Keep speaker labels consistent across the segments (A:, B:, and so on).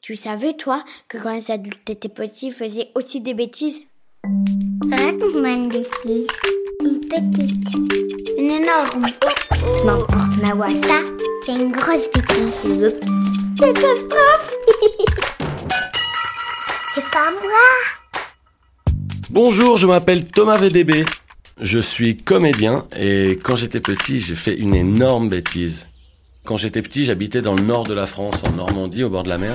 A: Tu savais, toi, que quand les adultes étaient petits, ils faisaient aussi des bêtises
B: Raconte-moi une bêtise.
A: Une petite.
B: Une énorme.
A: N'importe, Mawa.
B: Ça, c'est une grosse bêtise.
A: Oups.
B: Catastrophe C'est pas moi
C: Bonjour, je m'appelle Thomas VDB. Je suis comédien et quand j'étais petit, j'ai fait une énorme bêtise. Quand j'étais petit, j'habitais dans le nord de la France, en Normandie, au bord de la mer.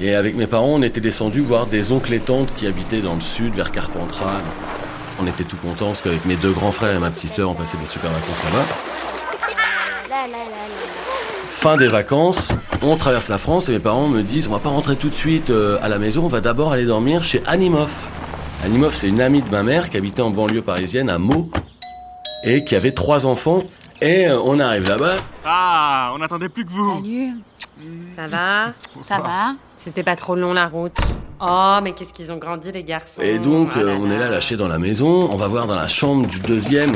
C: Et avec mes parents, on était descendus voir des oncles et tantes qui habitaient dans le sud, vers Carpentras. On était tout contents parce qu'avec mes deux grands frères et ma petite sœur, on passait des super vacances là-bas. Fin des vacances, on traverse la France et mes parents me disent on va pas rentrer tout de suite euh, à la maison, on va d'abord aller dormir chez Animoff. Animoff, c'est une amie de ma mère qui habitait en banlieue parisienne à Meaux et qui avait trois enfants. Et euh, on arrive là-bas.
D: Ah, on n'attendait plus que vous.
E: Salut,
F: Ça va
E: ça va
F: C'était pas trop long la route. Oh, mais qu'est-ce qu'ils ont grandi les garçons.
C: Et donc,
F: Ah
C: euh, on est là lâché dans la maison. On va voir dans la chambre du deuxième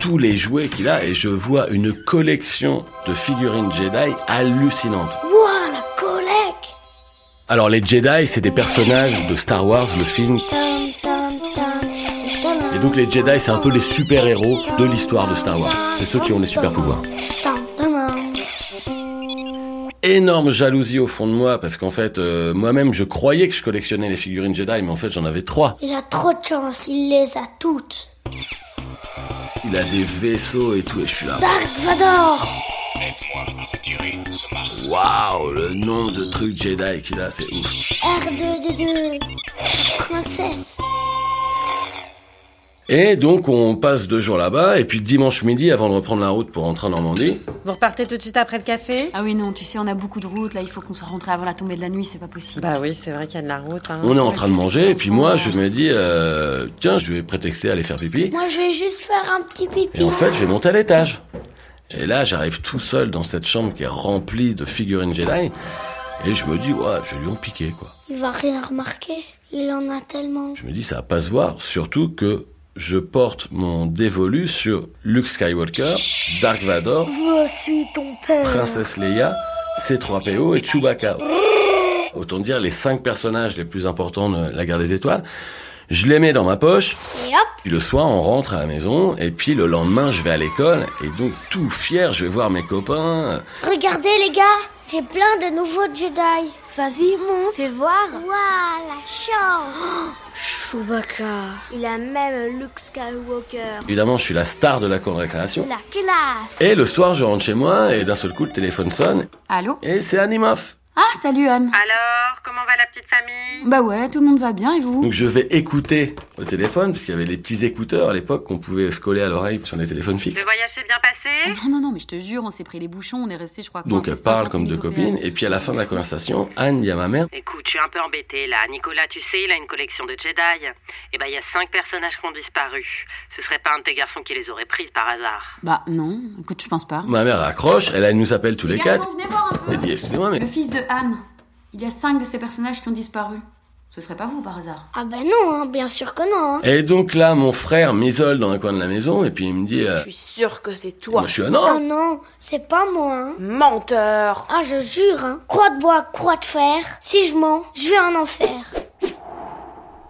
C: tous les jouets qu'il a et je vois une collection de figurines Jedi hallucinante.
A: Ouah, la collecte
C: Alors les Jedi, c'est des personnages de Star Wars, le film. Et donc les Jedi, c'est un peu les super-héros de l'histoire de Star Wars. C'est ceux qui ont les super-pouvoirs. Énorme jalousie au fond de moi, parce qu'en fait, euh, moi-même, je croyais que je collectionnais les figurines Jedi, mais en fait, j'en avais trois.
B: Il a trop de chance, il les a toutes.
C: Il a des vaisseaux et tout, et je suis là.
B: Dark Vador
C: Waouh, le nombre de trucs Jedi qu'il a, c'est ouf.
B: R2D2 Princesse
C: Et donc, on passe deux jours là-bas, et puis dimanche midi, avant de reprendre la route pour rentrer en Normandie,
F: Vous repartez tout de suite après le café
E: Ah oui, non, tu sais, on a beaucoup de route, là, il faut qu'on soit rentré avant la tombée de la nuit, c'est pas possible.
F: Bah oui, c'est vrai qu'il y a de la route. hein.
C: On est en train de manger et puis moi je me dis euh, tiens je vais prétexter à aller faire pipi
B: Moi, je vais juste faire un petit pipi.
C: et en fait je vais monter à l'étage. Et là j'arrive tout seul dans cette chambre qui est remplie de figurines Jedi et je me dis ouais je lui en piqué quoi.
B: Il va rien remarquer. Il en a tellement.
C: Je me dis ça va pas se voir surtout que je porte mon dévolu sur Luke Skywalker, Dark Vador,
B: Je suis ton père.
C: Princesse Leia, C3PO et Chewbacca. Autant dire les cinq personnages les plus importants de la guerre des étoiles. Je les mets dans ma poche
A: Et hop,
C: Puis le soir, on rentre à la maison, et puis le lendemain, je vais à l'école, et donc tout fier, je vais voir mes copains.
B: Regardez, les gars, j'ai plein de nouveaux Jedi.
A: vas-y, mon, fais voir.
B: Waouh, la chance
A: Chewbacca. Il a même Luke Skywalker.
C: Évidemment, je suis la star de la cour de récréation.
B: La classe
C: Et le soir, je rentre chez moi, et d'un seul coup, le téléphone sonne,
E: Allô
C: et c'est Animoff.
E: Ah, salut Anne.
F: Alors, comment va la petite famille
E: Bah ouais, tout le monde va bien, et vous
C: Donc je vais écouter au téléphone, parce qu'il y avait les petits écouteurs à l'époque qu'on pouvait se coller à l'oreille sur les téléphones
F: Le
C: fixes.
F: voyage s'est bien passé
E: Non, non, non, mais je te jure, on s'est pris les bouchons, on est resté, je crois,
C: Donc
E: coincés
C: elle
E: cinq
C: parle comme deux
E: après-midi au
C: copines,
E: PL.
C: et puis à la fin de la conversation, Anne dit à ma mère,
F: Écoute, je suis un peu embêtée là. Nicolas, tu sais, il a une collection de Jedi. Et bah, il y a cinq personnages qui ont disparu. Ce serait pas un de tes garçons qui les aurait prises par hasard.
E: Bah non, écoute, je pense pas.
C: ma mère accroche, elle, elle nous appelle tous Bah, les
E: Garçon,
C: quatre,
E: venez voir un peu.
C: elle dit, excusez-moi, mais
E: Le fils de Anne, il y a cinq de ces personnages qui ont disparu. Ce serait pas vous par hasard
B: Ah ben non, hein, bien sûr que non. hein.
C: Et donc là, mon frère m'isole dans un coin de la maison et puis il me dit. euh,
G: Je suis sûre que c'est toi,
C: moi, je suis un
B: Ah
C: homme.
B: non, c'est pas moi. hein.
G: menteur.
B: Ah, je jure, hein. Croix de bois, croix de fer. Si je mens, je vais en enfer.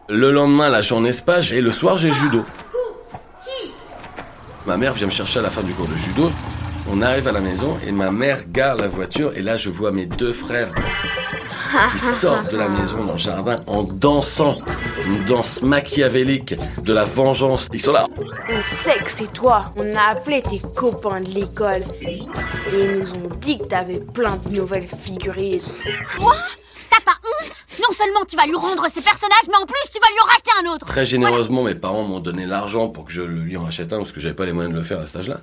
C: Le lendemain, la journée se passe et le soir, j'ai judo. Ma mère vient me chercher à la fin du cours de judo. On arrive à la maison et ma mère gare la voiture et là, je vois mes deux frères qui sortent de la maison dans le jardin en dansant une danse machiavélique de la vengeance. Ils sont là.
G: On sait que c'est toi. On a appelé tes copains de l'école. Et ils nous ont dit que t'avais plein de nouvelles figurines.
H: T'as pas honte Non seulement tu vas lui rendre ses personnages, mais en plus tu vas lui en racheter un autre
C: Très généreusement, mes parents m'ont donné l'argent pour que je lui en rachète un parce que j'avais pas les moyens de le faire à cet âge-là.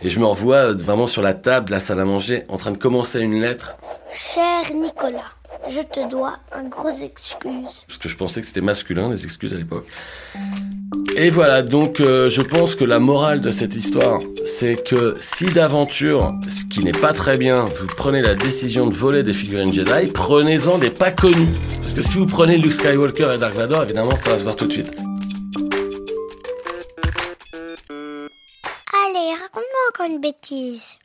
C: Et je me revois vraiment sur la table de la salle à manger en train de commencer une lettre
B: Cher Nicolas, je te dois un gros excuse.
C: parce que je pensais que c'était masculin les excuses à l'époque. Et voilà, donc euh, je pense que la morale de cette histoire, c'est que si d'aventure, ce qui n'est pas très bien, vous prenez la décision de voler des figurines Jedi, prenez-en des pas connus. Parce que si vous prenez Luke Skywalker et Dark Vador, évidemment, ça va se voir tout de suite.
B: Allez, raconte-moi encore une bêtise.